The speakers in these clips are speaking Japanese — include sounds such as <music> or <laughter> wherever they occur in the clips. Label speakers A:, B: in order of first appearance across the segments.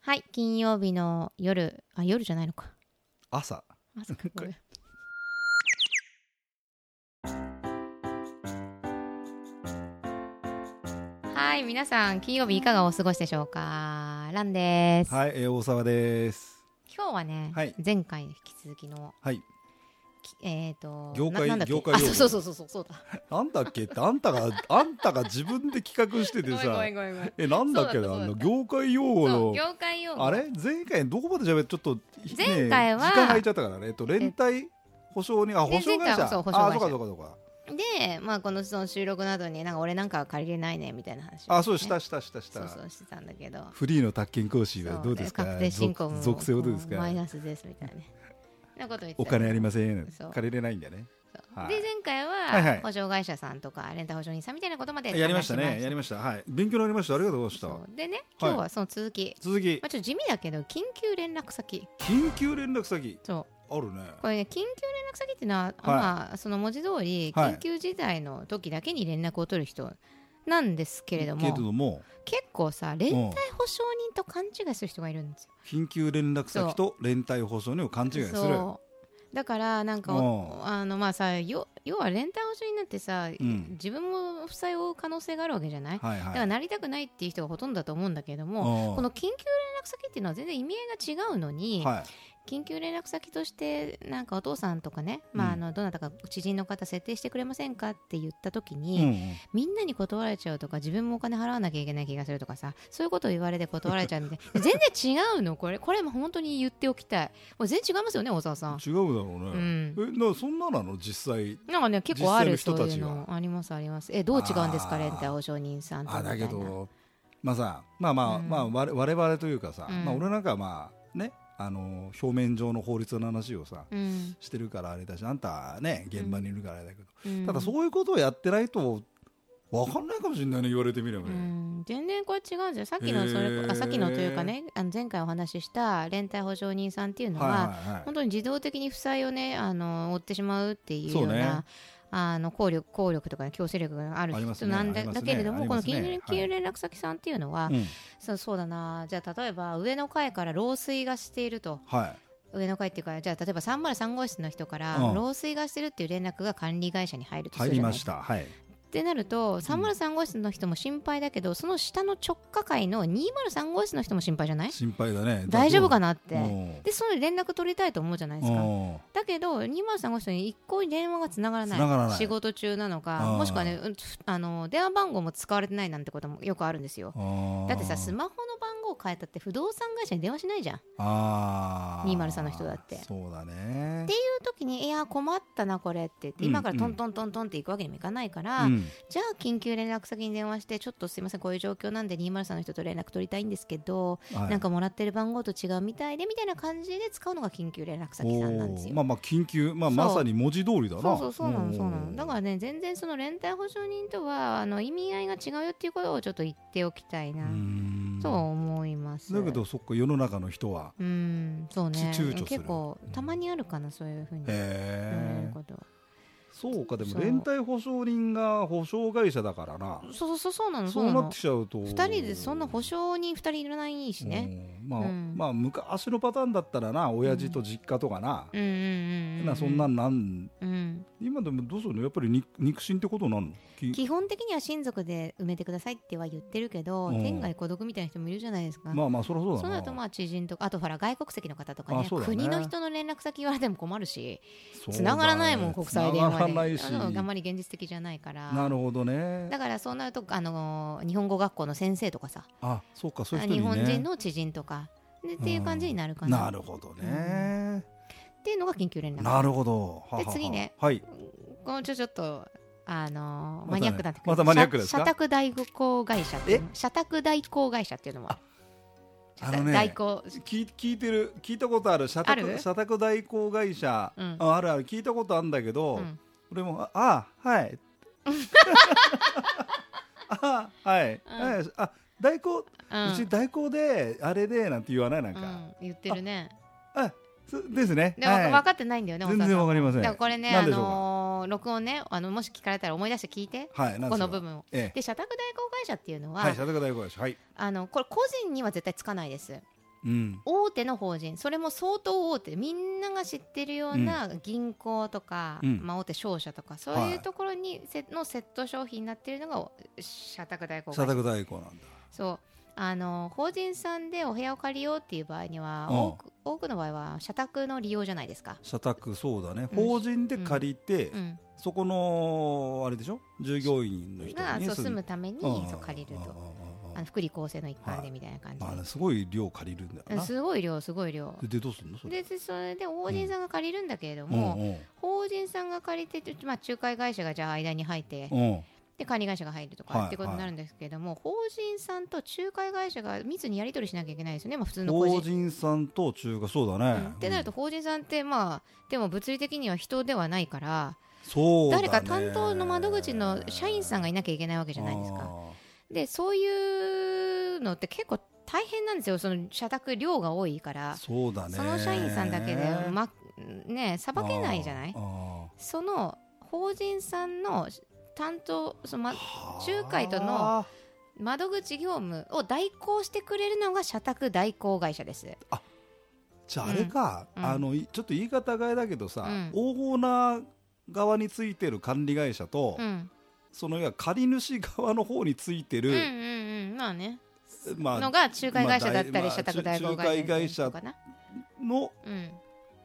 A: はい金曜日の夜あ夜じゃないのか
B: 朝
A: あそっかごめんはい皆さん金曜日いかがお過ごしでしょうかランです、
B: はい、えー大沢です
A: 今日はね、
B: はい
A: 前回に引き続きの
B: はい
A: きえっ、と
B: 業界
A: ななんだっけ
B: 業界
A: あ
B: 用
A: そう
B: 語
A: そうそうそうそうそうだ
B: なんだっけってあんたがあんたが自分で企画してて
A: ごめんご
B: さ
A: めんごめんごめん
B: えなんだっけ
A: そうだ
B: な
A: っ
B: あ
A: た
B: の
A: そうだった
B: 業界用語
A: そう
B: の
A: 業界用語
B: あれ前回どこまで喋ってちょっと、ね
A: 前回は
B: 時間空いちゃったからねえっと連帯保証人あ保証
A: 前回
B: 会社
A: はそう保証会社
B: あそうかそうかそうか
A: で、まあ、このその収録などになんか俺なんかは借りれないねみたいな話をね、
B: あそうしたしたしたした
A: そうそうしてたんだけど
B: フリーの宅建講師はどうですか
A: そうね確定申告も
B: 属属性はどうです
A: も
B: か
A: マイナスですみ
B: <laughs>
A: たいなねそんなこと言って
B: お金ありません
A: そう
B: 借りれないんだね
A: す、
B: はい
A: で前回
B: はいは
A: はい保証会社さんとかレンタ保証人さんみたいなことまで
B: やりましたねや
A: り
B: りましたはい勉強になりましたありがとうございました
A: でね今日はその続き、
B: 続き
A: まあ、ちょっと地味だけど緊急連絡先
B: 緊急連絡先
A: そう
B: あるね
A: これね緊急連絡先っていうのは、まあその文字通り
B: はい
A: 緊急事態の時だけに連絡を取る人なんですけれども、結構さ連帯
B: うん
A: 保証人と勘違いする人がいるんですよ
B: 緊急連絡先と連帯保証人を勘違いするは
A: そうだからなんか
B: うん
A: あのまあさよ要は連帯保証人なんてさ、
B: ん
A: 自分も負債を負う可能性があるわけじゃない、
B: いはい
A: だからなりたくないっていう人がほとんどだと思うんだけれども、
B: うん
A: この緊急連絡先っていうのは全然意味合いが違うのに、
B: はい
A: 緊急連絡先としてなんかお父さんとかね、まあ、あ
B: うん
A: のどなたか知人の方設定してくれませんかって言った時
B: う
A: に、
B: ん
A: みんなに断られちゃうとか自分もお金払わなきゃいけない気がするとかさそういうことを言われて断られちゃうみたいな全然違うのこれこれも本当に言っておきたいもう全然違いますよね大沢さん
B: 違うだろう
A: う
B: ね
A: ん
B: えなそんななの実際
A: なんかね結構ある
B: 実際
A: そ
B: の
A: う
B: 人た
A: いう
B: ちは
A: のありますありますえどう違うんですか
B: あー
A: 連帯保証人さんと
B: あ
A: みた
B: だ
A: い
B: け
A: な
B: どまあさまあまあ
A: うん
B: まあ我我々というかさ
A: うん
B: まあ俺なんかはまあねあの表面上の法律の話をさ
A: うん
B: してるからあれだしあんたはね現場にいるからあれだけど
A: うん
B: ただそういうことをやってないとわかんないかもしれないね言われてみれば
A: う
B: ね
A: ん全然これ違うんですよさっきのそれこあさっきのというかねあの前回お話しした連帯保証人さんっていうのは、
B: はいはいはい
A: 本当に自動的に負債をねあの負ってしまうっていうよ
B: そうう
A: な
B: ね
A: あの効力効力とか、強制力がある
B: あります
A: 人
B: ね
A: なんだ,、
B: あります
A: だ
B: ね
A: けれども、
B: あり
A: この
B: ますね
A: 緊急連絡先さんっていうのは、
B: うん
A: そうそうだなじゃあ例えば上の階から漏水がしていると
B: はい
A: 上の階っていうかじゃあ例えば303号室の人から
B: うん
A: 漏水がしてるっていう連絡が管理会社に入るとす
B: 入
A: る
B: り
A: じゃな
B: ま
A: い
B: したは
A: っ
B: い
A: てなると303号室の人も心配だけど、その下の直下階の203号室の人も心配じゃない
B: 心配だね
A: 大丈夫か
B: な
A: なって、でその連絡取りたいと思うじゃないですか。だけど203号室に一向に電話がつながらない
B: 繋がらない
A: 仕事中なのか
B: あー
A: もしくはねうんふあの電話番号も使われてないなんてこともよくあるんですよだってさスマホの番号変えたって不動産会社に電話しないじゃん
B: あー
A: 203の人だって
B: そうだね
A: ていう時にいや困ったなこれって言って
B: うん
A: 今からトントントントンって行くわけにもいかないから、
B: うん
A: じゃあ緊急連絡先に電話してちょっとすいませんこういう状況なんで203の人と連絡取りたいんですけど、
B: はい
A: なんかもらってる番号と違うみたいでみたいな感じで使うのが緊急連絡先さんなんですよ
B: おーまあまあ緊急まあ
A: そう
B: まさに文字通りだな
A: そうそうそうなの
B: ん
A: そうなのだからね全然その連帯保証人とはあの意味合いが違うよっていうことをちょっと言っておきたいうな、
B: ん
A: とは思います
B: だけどそっか世の中の人は
A: うんそうね
B: 躊躇する
A: 結構たまにあるかなそういうふうに言われる
B: へえ
A: ことは
B: そうかで
A: そ
B: も
A: う
B: 連帯保証人が保証会社だからな
A: そうそうそうそうなのそ
B: そうう
A: な
B: なっ
A: の
B: てきちゃうと
A: 2人でそんな保証人2人いらないしね
B: うんまあ
A: うん
B: まあ昔のパターンだったらな親父と実家とかな
A: うんうんうんうん
B: なそんなんなん
A: うん
B: 今でもどうするのやっぱり肉肉親ってことになるのき
A: 基本的には親族で埋めてくださいっては言ってるけど、
B: うん
A: 天外孤独みたいな人もいるじゃないですか、
B: まあまあそりゃそうだな
A: そうなるとまあ知人とかあとほら外国籍の方とかね
B: あそうだね
A: 国の人の連絡先言われても困るし
B: そうだね
A: 繋がらないもん国際電話
B: 繋がらない
A: で
B: し
A: あのあんまり現実的じゃないから
B: なるほどね
A: だからそうなるとあのー日本語学校の先生とかさ
B: あそうかそういう人
A: 日
B: にね
A: 本人の知人とかでっていう感じになるかな,、
B: なるほどね
A: っていうのが緊急連絡
B: なるほどははは
A: 次ね
B: はい
A: このちょちょっとあのー
B: またね
A: マニアックになってくる
B: またマニアックです
A: 社
B: か
A: 社宅代行会社っていう社宅代行会社っていうのも
B: あのね
A: 代行
B: 聞い聞いてる聞いたことある社
A: ある
B: 宅社宅代行会社
A: うん
B: ああるある聞いたことあるんだけど
A: うん
B: 俺もああはい
A: <laughs>
B: <laughs> あはいはいあ代行う
A: うん
B: ち代行であれでなんて言わないなん
A: う
B: か
A: ん言ってるね
B: あそうですね
A: でも
B: はい
A: 分かってないんだよね
B: 全然わかりません
A: だからこれね、
B: な
A: あ
B: んでしょうか
A: のー録音ねあのもし聞かれたら思い出して聞いて
B: はいなん
A: こ
B: でしょう
A: こ
B: か
A: の部分を。
B: ええ
A: で社宅代行会社っていうのは、
B: はい社宅代行会社はい
A: あのこれ個人には絶対つかないです。
B: うん
A: 大手の法人それも相当大手みんなが知ってるような銀行とか、
B: うん
A: まあ、大手商社とかそう
B: はいいう
A: ところにせ、のセット商品になってるのが社宅代行
B: 社宅代行なんだ
A: そうあの法人さんでお部屋を借りようっていう場合には
B: うん
A: 多く多くの場合は社宅の利用じゃないですか。
B: 社宅そうだね
A: うん
B: 法人で借りて、
A: うん、
B: そこのあれでしょ従業員の人
A: が
B: に
A: そう
B: す
A: 住むために
B: うん
A: そう借りる
B: うん
A: と
B: うんうんうん
A: あの福利厚生の一環でみたいな感じで、
B: まあねすごい量借りるんだ
A: う
B: よ
A: ん
B: な
A: すごい量すごい量
B: ででどうすんのそ
A: で
B: れ
A: でそれで法人さんが借りるんだけれど
B: うん
A: も、法人さんが借りて、まあ、仲介会社がじゃあ間に入って、
B: うんうん
A: で管理会社が入ると
B: は
A: か
B: い
A: ってことになるんですけれども、法人さんと仲介会社が密にやり取りしなきゃいけないですよね、まあ、普通の個人
B: 法人さんと中華そうだ
A: う
B: ね
A: んってなると法人さんってまあでも物理的には人ではないから、
B: そうだね
A: 誰か担当の窓口の社員さんがいなきゃいけないわけじゃないですか。でそういうのって結構大変なんですよその社宅量が多いか
B: あー
A: ら
B: そうだね
A: その社員さんだけでまねさばけないじゃない
B: あー
A: その法人さんの担当その、ま
B: あ、ー
A: 仲介との窓口業務を代行してくれるのが社宅代行会社です。
B: じゃああれか、
A: うん
B: あのいちょっと言い方変えだけどさ、
A: うん
B: オーナー側についてる管理会社と、
A: うん、
B: そのいわ借り主側の方について
A: うん、う
B: る、
A: ん、うん、まあね。
B: ま
A: の
B: あ
A: が仲介会社だった
B: ま
A: り
B: あ
A: 社宅代行
B: 仲介会
A: 会
B: 社
A: 社かな。
B: の
A: うん。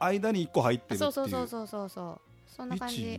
B: 間に一個入ってるってい
A: そううそうそうそうそうそう。そんな感じ。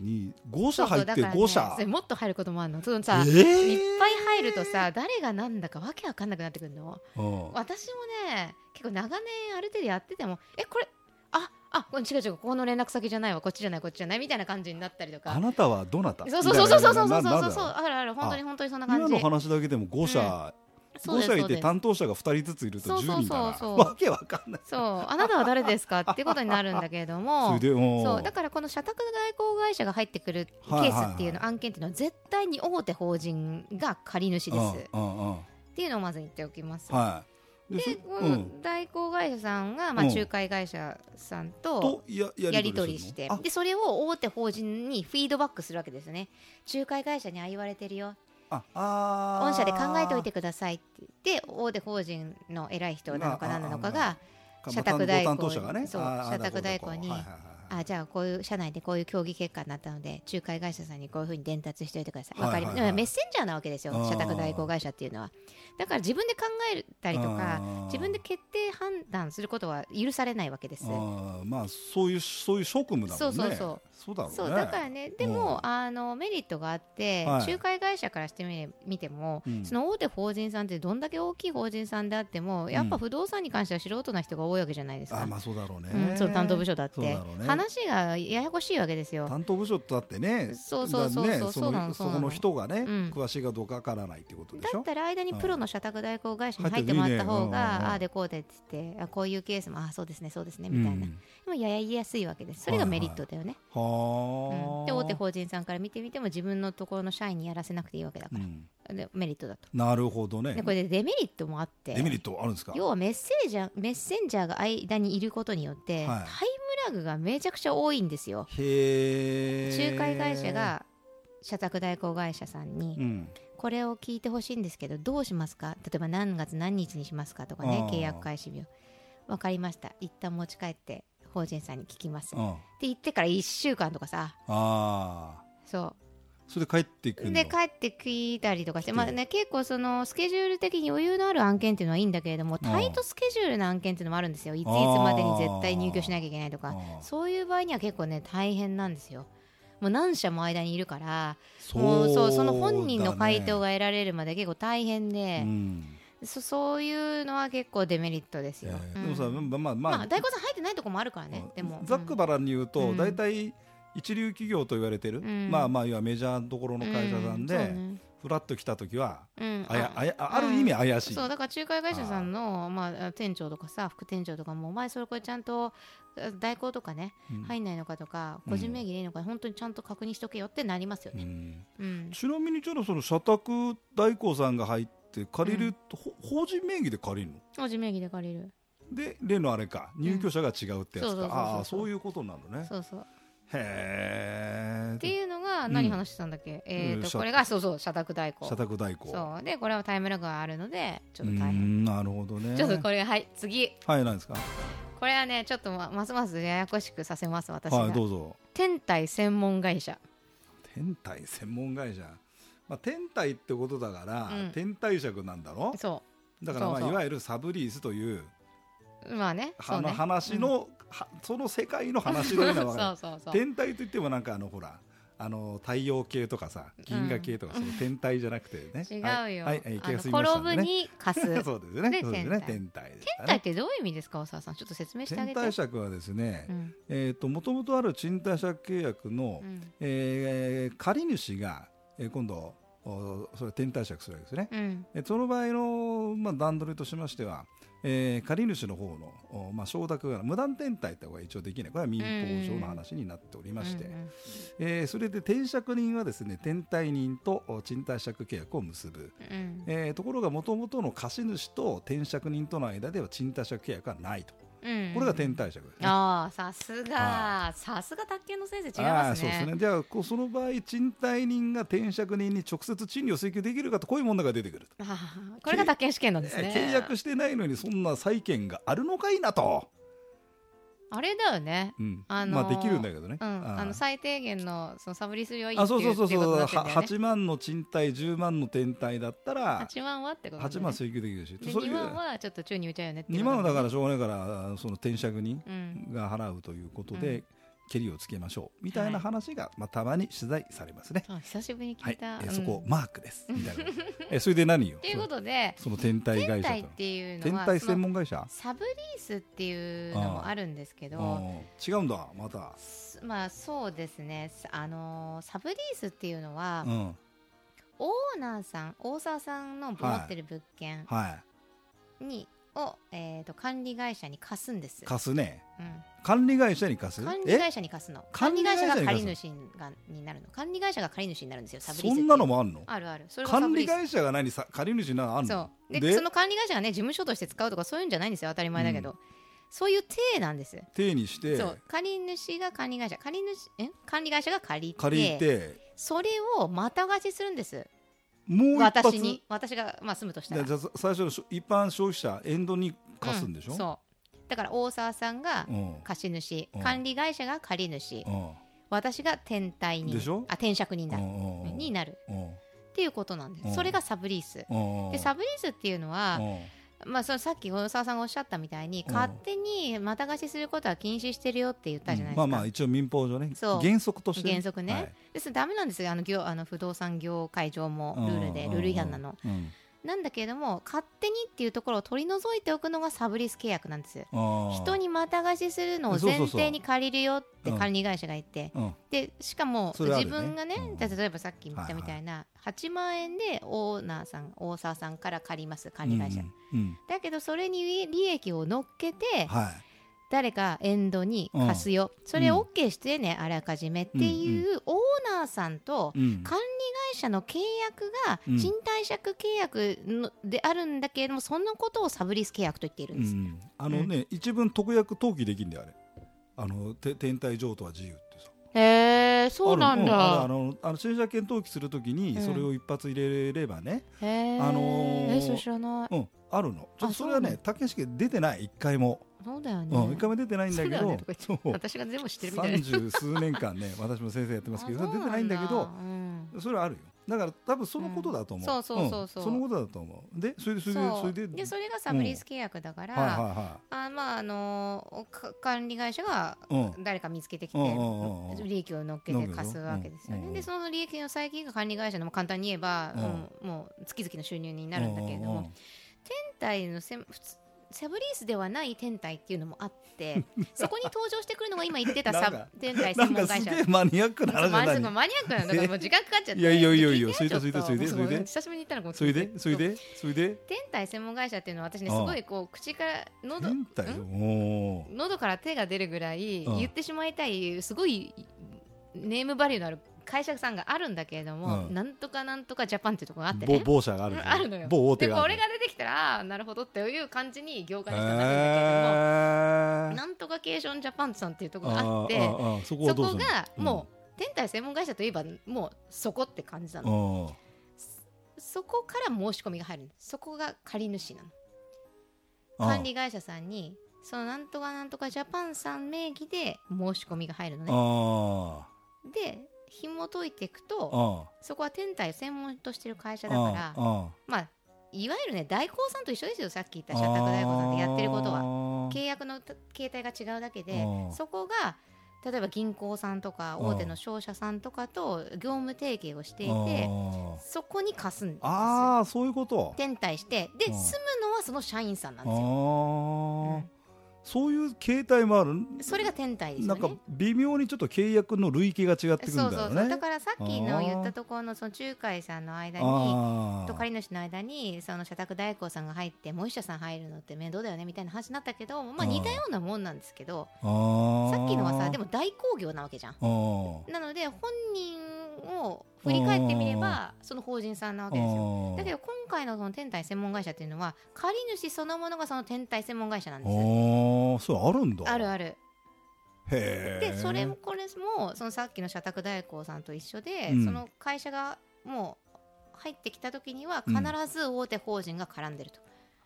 B: 125社入ってる5社
A: それもっと入ることもあるの。その
B: え
A: さ、
B: ー
A: いっぱい入るとさ、誰がなんだかわけわかんなくなってくるの。
B: うん
A: 私もね、結構長年ある程度やってても、え、これ、あ、あ、これ違う違う、ここの連絡先じゃないわ、こっちじゃない、こっちじゃないみたいな感じになったりと
B: あ
A: か。
B: なたはどなた
A: そうそうそうそうそうそう
B: み
A: そ
B: た
A: う
B: いな
A: そう
B: ななんだ
A: あるある本当に
B: あ
A: 本当にそんな感
B: 今
A: じ
B: の話だけでも5社、
A: そう
B: 5
A: です
B: 社い
A: そうです
B: て担当者が2人ずついると
A: そうそう
B: 10人だな
A: そうそう
B: わけわかんない
A: そうあなたは誰ですかってことになるんだけれども
B: <laughs> それでも
A: そうだからこの社宅代行会社が入ってくるケ
B: はいはい
A: ースっていうの、
B: は
A: 案件っていうのは絶対に大手法人が借り主です、っ
B: うんうんうん
A: ていうのをまず言っておきます。
B: はい
A: で、
B: そ
A: こ
B: う
A: の
B: ん、
A: 代行会社さんが、まあ、
B: うん
A: 仲介会社さんと
B: とや
A: やり取りして、
B: するの
A: でそれを大手法人にフィードバックするわけですよね仲介会社にああ言われてるよ
B: あああー
A: 御社で考えておいてくださいって言って大手法人の偉い人なのか
B: まあ
A: 何なのか
B: あ
A: が
B: か
A: 社宅代行
B: ご担当者がね
A: そう
B: あー
A: 社宅代行に
B: はいはいはい
A: あじゃあこういう社内でこういう協議結果になったので仲介会社さんにこういうふうに伝達しておいてくださいわかり、
B: はいはいはい
A: メッセンジャーなわけですよ
B: あー
A: 社宅代行会社っていうのはだから自分で考えたりと
B: あ
A: か
B: ー
A: 自分で決定判断することは許されないわけです
B: あーまあそういうそういう職務だもんね
A: そうそうそう
B: そうだろうね
A: そうだからねでも
B: う
A: あのメリットがあって
B: はい
A: 仲介会社からしてみれ見ても
B: うん
A: その大手法人さんってどんだけ大きい法人さんであってもやっぱ不動産に関しては素人な人が多いわけじゃないです
B: あ
A: か
B: ーまあそうだろうね、
A: うんその担当部署だっ
B: そうだ
A: て
B: ろうね
A: 話がややこしいわけですよ
B: 担当部署だってね
A: そうそうそうそう
B: だね
A: そうなの
B: の
A: そ
B: そう
A: なの
B: この人がね、
A: うん
B: 詳しいかどうかわからないってことで
A: だ
B: し
A: っ
B: ょ
A: たら間に
B: うん
A: プロの社宅代行会社に入ってもらった方
B: 入ってるねうんうんうん
A: がああでこうでって言ってあこういうケースもああそうですねそうですねみたいな、
B: う
A: で
B: ん
A: もややりやすいわけですそれがメリットだよね、
B: はあ、
A: うんで大手法人さんから見てみても自分のところの社員にやらせなくていいわけだか
B: うん
A: ら、でメリットだと
B: なるほどね
A: でこれでデメリットもあって
B: デメリットあるんですか
A: 要はメッセージャーメッセンジャーが間にいることによって、
B: はい
A: タイムラグがめちゃくちゃ多いんですよ
B: へえ
A: 仲介会社、が社宅代行会社さんに
B: うん、
A: これを聞いてほしいんですけどどうしますか例えば何月何日にしますかとかね
B: あー
A: 契約開始日を分かりました一旦持ち帰って法人さんに聞きます、っ
B: う
A: て
B: ん、あ
A: 言ってから1週間とかさ
B: あ
A: そ
B: それで帰ってくる
A: う
B: の
A: で帰って聞いたりとかして、
B: 来て
A: まあね、結構そのスケジュール的に余裕のある案件っていうのはいいんだけれども
B: あー
A: タイトスケジュールの案件っていうのもあるんですよいついつまでに絶対入居しなきゃいけないと
B: あ
A: か
B: ー
A: そういう場合には結構ね大変なんですよもう何社も間にいるから
B: そう
A: もうそうその
B: だね
A: 本人の回答が得られるまで結構大変で
B: う、ん
A: そそういうのは結構デメリットです
B: え
A: よ。
B: ー
A: うん
B: でもさ、まあまあま
A: ま
B: あ
A: あ、大根さん入ってないとこもあるからね、
B: うん
A: でも。
B: ざっくばらんに言う
A: う
B: と
A: ん
B: 大体一流企業と言われてる、
A: うん
B: まあまあ要はメジャーのところの会社さんで、
A: ううん
B: ふらっと来た時は
A: そうねうん
B: あや
A: あ
B: あやあある意味怪しい、
A: そうだから仲介会社さんのまあ、店長とかさ副店長とかもお前それこれちゃんとあ代行とかね
B: うん
A: 入んないのかとか
B: うん
A: 個人名義でいいのか本当にちゃんと確認しとけよってなりますよ
B: う
A: ね。
B: ん
A: うん
B: ちなみにちょっとその社宅代行さんが入って借りる、ほ法人名義で借りるの
A: 個人名義で借りる
B: で例のあれか入居者が違うってや
A: うんそ
B: つか、
A: うそうそうそう
B: ああそういうことなのね
A: そうそう
B: へえ
A: っていうのが、が何話してたんだっけ、えー
B: うん
A: と
B: 社
A: これがそうそう社宅代行
B: 社宅代行
A: そうでこれはタイムラグがあるのでちょ
B: う
A: っと
B: ー
A: 大変
B: んなるほどね
A: ちょっとこれはい次
B: はい何ですか
A: これはねちょっとまますますややこしくさせます私が、
B: はいどうぞ
A: 天体専門会社
B: 天体専門会社、まあ、天体ってことだから、
A: うん
B: 天体尺なんだろ
A: そ
B: だからまあ
A: そうそう
B: いわゆるサブリースという
A: うまあねそ
B: あ
A: う
B: の
A: ね
B: 話の、はその世界の話のようなわか
A: <laughs>
B: る
A: そうそ
B: <laughs>
A: うそう
B: 天体といってもなんかあのほらあの太陽系とかさ銀河系とか、その天体じゃなくてね
A: 違うよ、
B: はい、はい、
A: あ
B: 池
A: の
B: が済みまし
A: 転
B: たんで
A: ぶ
B: ね
A: に貸す
B: <laughs> そうですよね
A: で
B: そうですよね
A: 天
B: 天体でし
A: 天
B: た
A: 体っ
B: ね
A: てどういう意味ですか大沢さんちょっと説明してあげ
B: 天
A: て
B: 体尺はですね
A: う、ん
B: えっ、ともともとある賃貸借契約の、
A: うん
B: えー借り主が、えー今度おそれ天体借するわけですね、
A: うん
B: えその場合の、まあ、段取りとしましては、えー借り主の方の、おまあ、承諾が無断転貸ってのが一応できないこれは民法上の話になっておりまして、
A: うん
B: えーそれで転借人はですね転貸人とお賃貸借契約を結ぶ、
A: うん
B: えーところが元々の貸主と転借人との間では賃貸借契約はないと
A: うん
B: これが転貸借ですね。
A: ああさすが
B: は
A: さすが卓球の先生違い
B: あ
A: ま
B: あ
A: す
B: そうです
A: ね
B: ねじゃあこうその場合賃貸人が転借人に直接賃料を請求できるかとこういう問題が出てくると
A: あー <laughs> これが卓球試験なんですね
B: 契約してないのにそんな債権があるのかいなと、
A: あれだよね
B: うん
A: あのー
B: まあできるんだけどね、
A: うんあの
B: あ
A: 最低限のそのサブリーするよいいってい
B: あ
A: う
B: そうそうそうそう、
A: ってい
B: は
A: ことになってんだよね
B: 8万の賃貸10万の天体だったら
A: 8万はってことだよね
B: 8万請求できるし
A: で
B: そうい
A: 2
B: う
A: 万はちょっと宙に浮いちゃうよねっていう
B: 2
A: こと
B: 万はだからしょうがないからその転借人
A: うん
B: が払うということ
A: う
B: で、蹴りをつけましょうみたいな話が、まあ、たまに取材されますね。
A: あ久しぶりに
B: は
A: 聞い
B: い、え
A: た、
B: ーそこ、
A: うん
B: マー
A: <laughs>
B: クですみたいなえそれで何よ
A: ということで
B: その天体
A: 天
B: 会社
A: 体っ
B: と
A: ていうの
B: 天
A: は
B: 体
A: その
B: 専門会社
A: サブリースっていうのもあるんですけど
B: うん違うんだまた、
A: すまあそうですねさあのーサブリースっていうのは
B: うん、
A: オーナーさん大沢さんの持ってる物件
B: は
A: に、を、えー、と管理会社に貸すんです
B: い、貸すね
A: うん
B: 管理会社に貸す
A: 管理
B: え
A: 会社に貸すの管
B: 管
A: 理
B: 理
A: 会社
B: 会社
A: が
B: に貸すの
A: 借り主がになるの管理会社が借り主になるんですよサブリース
B: そ
A: っていうん
B: なのもあんの
A: あるあるそれがサ
B: 管
A: ブリ
B: 理
A: ース
B: 会社が何さ借り主なのあん
A: そ
B: の
A: うでその管理会社がね事務所として使うとかそういうんじゃないんですよ当たり前だけど、そういう体なんです、
B: 手にして
A: そう借り主が管理会社借り主ん管理会社が借りて
B: 借りて
A: それをまた貸しするんです
B: もう一発
A: 私に私が、まあ、住むとした
B: じ
A: ら
B: ゃあじゃあさ最初のしょ一般消費者エンドに貸すんでしょ、
A: うそうだから大沢さんが
B: うん
A: 貸し主、
B: うん
A: 管理会社が借り主、
B: うん
A: 私が天体人
B: でしょ
A: あ転借人
B: う
A: だ、
B: んうん
A: になる
B: うん
A: っていうことなんです、
B: うん
A: それがサブリース、
B: うんうん
A: でサブリースっていうのは
B: う、ん
A: まあ、そのさっき大沢さんがおっしゃったみたいに、
B: うん
A: 勝手にまた貸しすることは禁止してるよって言ったじゃないです
B: ま
A: か、
B: あまあ一応民法上ね
A: そう
B: 原則として
A: 原則ね
B: はい
A: ですダメなんですよあの業あの不動産業界上もルールで
B: うん
A: ルール違反なの、
B: うん
A: なんだけれども勝手にっていうところを取り除いておくのがサブリース契約なんです
B: あー
A: 人にまた貸しするのを
B: そうそうそう
A: 前提に借りるよって
B: うん
A: 管理会社が言って、
B: うん
A: でしかも
B: それある
A: 自
B: よね
A: 分がね
B: うん
A: だって例えばさっき言ったみたいな、8万円でオーナーさん大沢さんから借ります管理会社、
B: うんうん
A: だけどそれに利益を乗っけて
B: は
A: 誰かエンドに貸すよ、それ
B: うん
A: OK してねあらかじめっていうオーナーさんと
B: い、うん
A: 管理会社の契約が
B: うん
A: 賃貸借契約のであるんだけれどもそのことをサブリース契約と言っているんです、
B: うんあのね、一文特約登記できんだよあれあのて天体譲渡は自由ってさ
A: へえそうなんだ
B: あるうんあのあのあの駐車券登記するときに
A: うん
B: それを一発入れればね、
A: へえ、
B: あのー
A: えそれ知らない
B: うんあるのちょっ
A: あ
B: とそれは
A: そうなの
B: ね竹試験出てない一回も、
A: そうだよね、
B: うん、一回も出てないんだ
A: そ
B: け
A: うだよね
B: ど
A: とか
B: そう
A: 私が全部知ってるみたいな
B: 三十数年間ね私も先生やってますけど
A: あ
B: それ出てないんだ
A: <laughs> そ
B: け
A: う
B: ど
A: なうん
B: それはあるよだから多分そのことだと思う、
A: うんそうそうそうそうん
B: そのことだと思うでそれでそれで
A: そう
B: それで
A: でそれがサブリース契約だから、
B: はいは
A: あまああのーか管理会社が
B: いはいうん
A: 誰か見つけてきて
B: うんうんうんうん
A: 利益を乗っけて貸すわけですよ
B: うん
A: ね
B: うん
A: でその利益の最近が管理会社のもう簡単に言えば
B: うん
A: うんもう月々の収入になるんだけれども天体のせん普通サブリースではない天体っていうのもあって
B: <laughs>
A: そこに登場してくるのが今言ってた
B: な
A: サ
B: ん
A: ブ
B: か
A: 天体
B: な
A: 専
B: んか
A: 門会
B: す
A: 社
B: げえマニアックな
A: そう
B: 話
A: マ
B: だ
A: ジ
B: ね
A: かマニアックなんだからもう時間かかっちゃって
B: いやいやいやいや
A: 聞てよ
B: それでそれで
A: ちょっと
B: それでそれで
A: 久しぶりに言ったのかも
B: それでそれでそれで
A: 天体専門会社っていうのは私ねす
B: ああ
A: ごいこう口から喉
B: 天体
A: ん
B: おー
A: 喉から手が出るぐらい
B: ああ
A: 言ってしまいたいすごいネームバリューのある会社さんがあるんだけれども、
B: うん
A: なんとかなんとかジャパンっていうところがあって
B: 某
A: ね
B: 某社がある
A: うんん
B: です
A: あるのよ
B: 某大手
A: で
B: が
A: こ
B: あ
A: れ
B: る
A: が出てきたらあなるほどっていう感じに業界の人になるんだけれども、
B: えー
A: なんとかケーションジャパンさんっていうところがあっ
B: あ
A: て
B: ーあーあーそこは
A: そ
B: どう
A: こ
B: するの
A: がもう、天体専門会社といえばもうそこって感じなの
B: おー
A: そこから申し込みが入るのそこが借り主なの
B: あー
A: 管理会社さんにそのなんとかなんとかジャパンさん名義で申し込みが入るのね
B: あ
A: で紐解いていく
B: ー
A: と
B: あ
A: そこは天体を専門としてる会社
B: ー
A: だから
B: あー
A: まあいわゆるね大工さんと一緒ですよさっき言った
B: あー
A: 社宅大工さんってやってることは
B: あー
A: 契約の形態が違うだけで
B: あー
A: そこが例えば銀行さんとか大手の商社さんとかと業務提携をしていてそこに貸すんですよ
B: あーそういうこと
A: 転退してで
B: う
A: 住
B: ん
A: むのはその社員さんな
B: あ
A: んですよ、
B: ー
A: うん
B: そういう形態もある
A: それが転退です
B: な
A: よ
B: んか
A: ね
B: 微妙にちょっと契約の類型が違ってくるん
A: そ
B: だよ
A: う
B: ね
A: そうそうだからさっきの
B: あー
A: 言ったところのその仲介さんの間に
B: あ
A: と借り主の間にその社宅代行さんが入ってもう一社さん入るのって面倒だよねみたいな話になったけどまあ
B: あー
A: 似たようなもんなんですけど
B: あー
A: さっきのはさでも代行業なわけじゃん
B: あー
A: なので本人を振り返ってみればその法人さんなわけですよ
B: あー
A: だけど今回のその天体専門会社っていうのは借り主そのものがその天体専門会社なんですよ
B: ああ、そうあるんだ。
A: ある
B: る。
A: ある
B: へえ。
A: でそれもこれもそのさっきの社宅代行さんと一緒で、
B: うん
A: その会社がもう入ってきた時には
B: う
A: 必
B: ん
A: ず大手法人が絡んでると、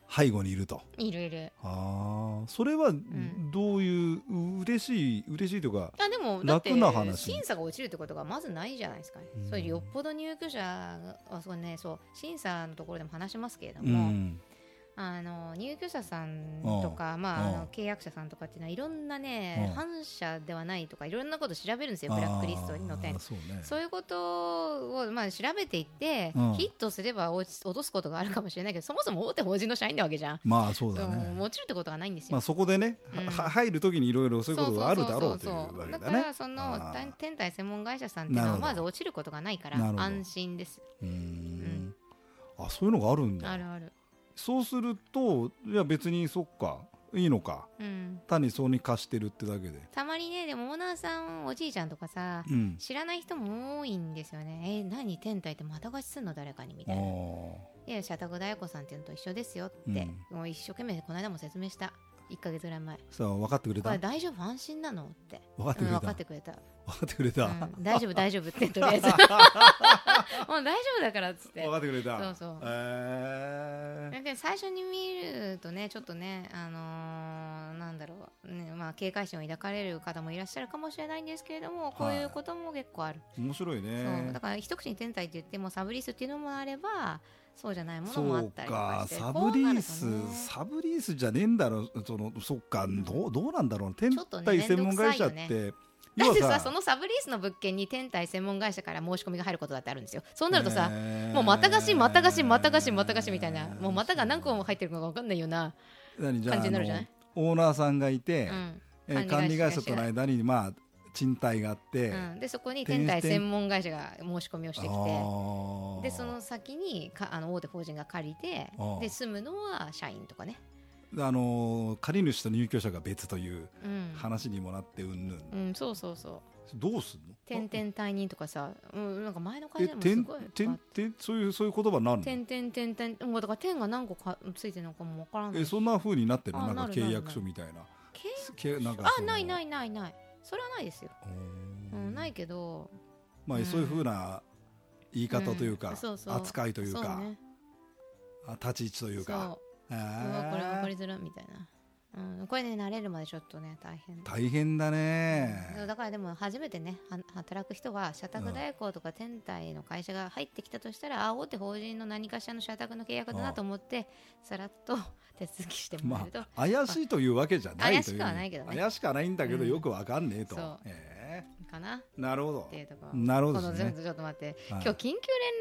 B: 背後にいると。
A: いるいる
B: ああ、それは
A: ん
B: どういう、う嬉しい嬉しいというか。
A: あでもだって
B: 楽な話
A: 審査が落ちるってことがまずないじゃないですか、
B: うん
A: そういうよっぽど入居者はそう、ね、そう審査のところでも話しますけれど
B: う
A: も、
B: ん。
A: あの入居者さんとか、まあ、あの
B: うん
A: 契約者さんとかっていうのはいろんなね、
B: うん
A: 反社ではないとかいろんなこと調べるんですよブラックリストに載って
B: あーそうね。
A: そういうことを、まあ、調べていって、
B: うん
A: ヒットすれば落ち落とすことがあるかもしれないけどそもそも大手法人の社員なわけじゃん、
B: まあそうだ
A: うん
B: ね。
A: 落ちるってことはないんですよ。
B: まあそこでね、
A: うん
B: は入るときにいろいろそういうことがあるだろうとい
A: そうそうそ
B: わ
A: そ
B: けだ
A: か
B: ね
A: ら。そ
B: あ
A: の
B: ー
A: 天体専門会社さんっていうの
B: な
A: は
B: るほど
A: まず落ちることがないから
B: なるほど
A: 安心です
B: うー
A: ん
B: ん。あ、そういうのがあるん
A: あ
B: だ
A: る。ある、
B: そうすると、いや別にそっか、いいのか。
A: うん、
B: 単にそうに貸してるってだけで。
A: たまにねでもオーナーさんおじいちゃんとかさ
B: うん。
A: 知らない人も多いんですよねえ何天体ってまた貸しすんの誰かにみ
B: あ
A: たいない
B: あ。
A: や社宅大子さんっていうのと一緒ですよって、もう一生懸命この間も説明した1か月ぐらい前
B: さあ分かってくれ
A: こ
B: た。
A: れ
B: 分
A: 大丈夫安心なのって
B: かって
A: うん
B: くれ
A: 分か
B: た。
A: っ
B: 分か
A: てくれた、
B: ってくれた。
A: うん大丈夫大丈夫
B: <laughs>
A: ってとりあえずもう大丈夫だからっつって
B: 分かってくれた。
A: そうそう
B: えー
A: だけど最初に見るとねちょっとねあのーなんだろう、ねまあ、警戒心を抱かれる方もいらっしゃるかもしれないんですけれどもこういうことも結構ある、
B: 面白
A: そ
B: い
A: うだ
B: ね。
A: から一口に天体って言ってもサブリースっていうのもあればそうじゃないものも
B: そ
A: あ
B: う
A: ったりとか
B: か
A: して
B: サブリース、
A: こうなるとね
B: サブリースじゃねえんだろそのそっかどうどうなんだろう天
A: ちょっとね
B: 体専門会社っ
A: めんど
B: て、
A: だって <laughs> さそのサブリースの物件に天体専門会社から申し込みが入ることだってあるんですよそうなるとさ、もうまた貸しまた貸しまた貸しまた貸しみたいなもうまたが何個も入ってるのか分かんないような、
B: 感
A: 感じになるじゃない
B: オーナーさんがいて、
A: うん
B: えー
A: 管
B: 管
A: 理
B: 理
A: 会
B: 会
A: 社
B: 社との間にまあ賃貸があって、
A: うん、でそこに天体専門会社が申し込みをしてき
B: あ
A: て
B: ー
A: でその先にかあの大手法人が借りて
B: あー
A: で住むのは社員とかね、
B: あのー借り主と入居者が別という
A: うん
B: 話にもなってうんぬん、
A: うん、そうそうそう
B: どうすんの
A: 点々退任とかさ、うん、なんか前の
B: え
A: 会社でも
B: て
A: す
B: ん
A: ごい
B: てんてんそういうそういう言葉になるの
A: 点々点々もうだから点が何個かついてるのかもわからない
B: えそんな風になってる
A: あ
B: なん
A: な
B: か
A: る
B: 契約書みたいな
A: け
B: けなんか
A: あないないいないないそれはないですよ、うん、ないけど
B: ま
A: うん
B: あそういう風な言い方という
A: うん
B: か
A: そうそう
B: 扱いというかあ立ち位置というか
A: そう
B: へ
A: うわこれ分かり
B: ー
A: づらみたいな、うん、これね慣れるまでちょっとね大変
B: 大変だ
A: そう
B: ね
A: だからでも初めてねは働く人は社宅代行とか天体の会社が入ってきたとしたら、あ大手法人の何かしらの社宅の契約だなと思ってさらっと手続きしてもらえ
B: ま
A: ると、
B: あ怪しいというわけじゃない
A: 怪
B: と
A: し
B: いう
A: くはないけどね
B: 怪しくはないんだけど
A: うん
B: よくわかんねえと
A: そう
B: へ
A: かなっ
B: ーなるほど
A: ていうところ
B: なるほ
A: こ
B: ど
A: の
B: です
A: 全
B: ね
A: 部ちょっと待って今
B: はい
A: 日緊急連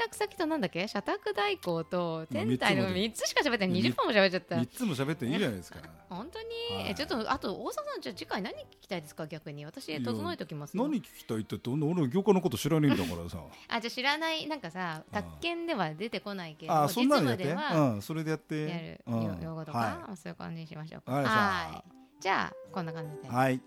A: 絡先となんだっけ社宅代行と天体
B: も
A: の
B: う
A: 3
B: 三
A: つしか喋ってない20分も喋っちゃった
B: 三つも喋っていいじゃないで
A: <laughs>
B: すか
A: 本当に、
B: はい
A: えちょっとあと大阪さんじゃあ次回何聞きたいですか逆に私整えときますよ
B: 何聞きたいってどんな俺業界のこと知らねえんだからさ
A: あじゃあ知らないなんかさ
B: あー
A: 宅建では出てこないけれど
B: あ
A: も
B: ーそ
A: 実
B: んなの
A: 務
B: やって、
A: では、
B: うん、それでやって
A: やる
B: うん
A: よ用語とか、
B: は
A: そういう感じにしましょう
B: わかりました
A: はいじゃあこんな感じで
B: い、
A: は
B: はい
A: い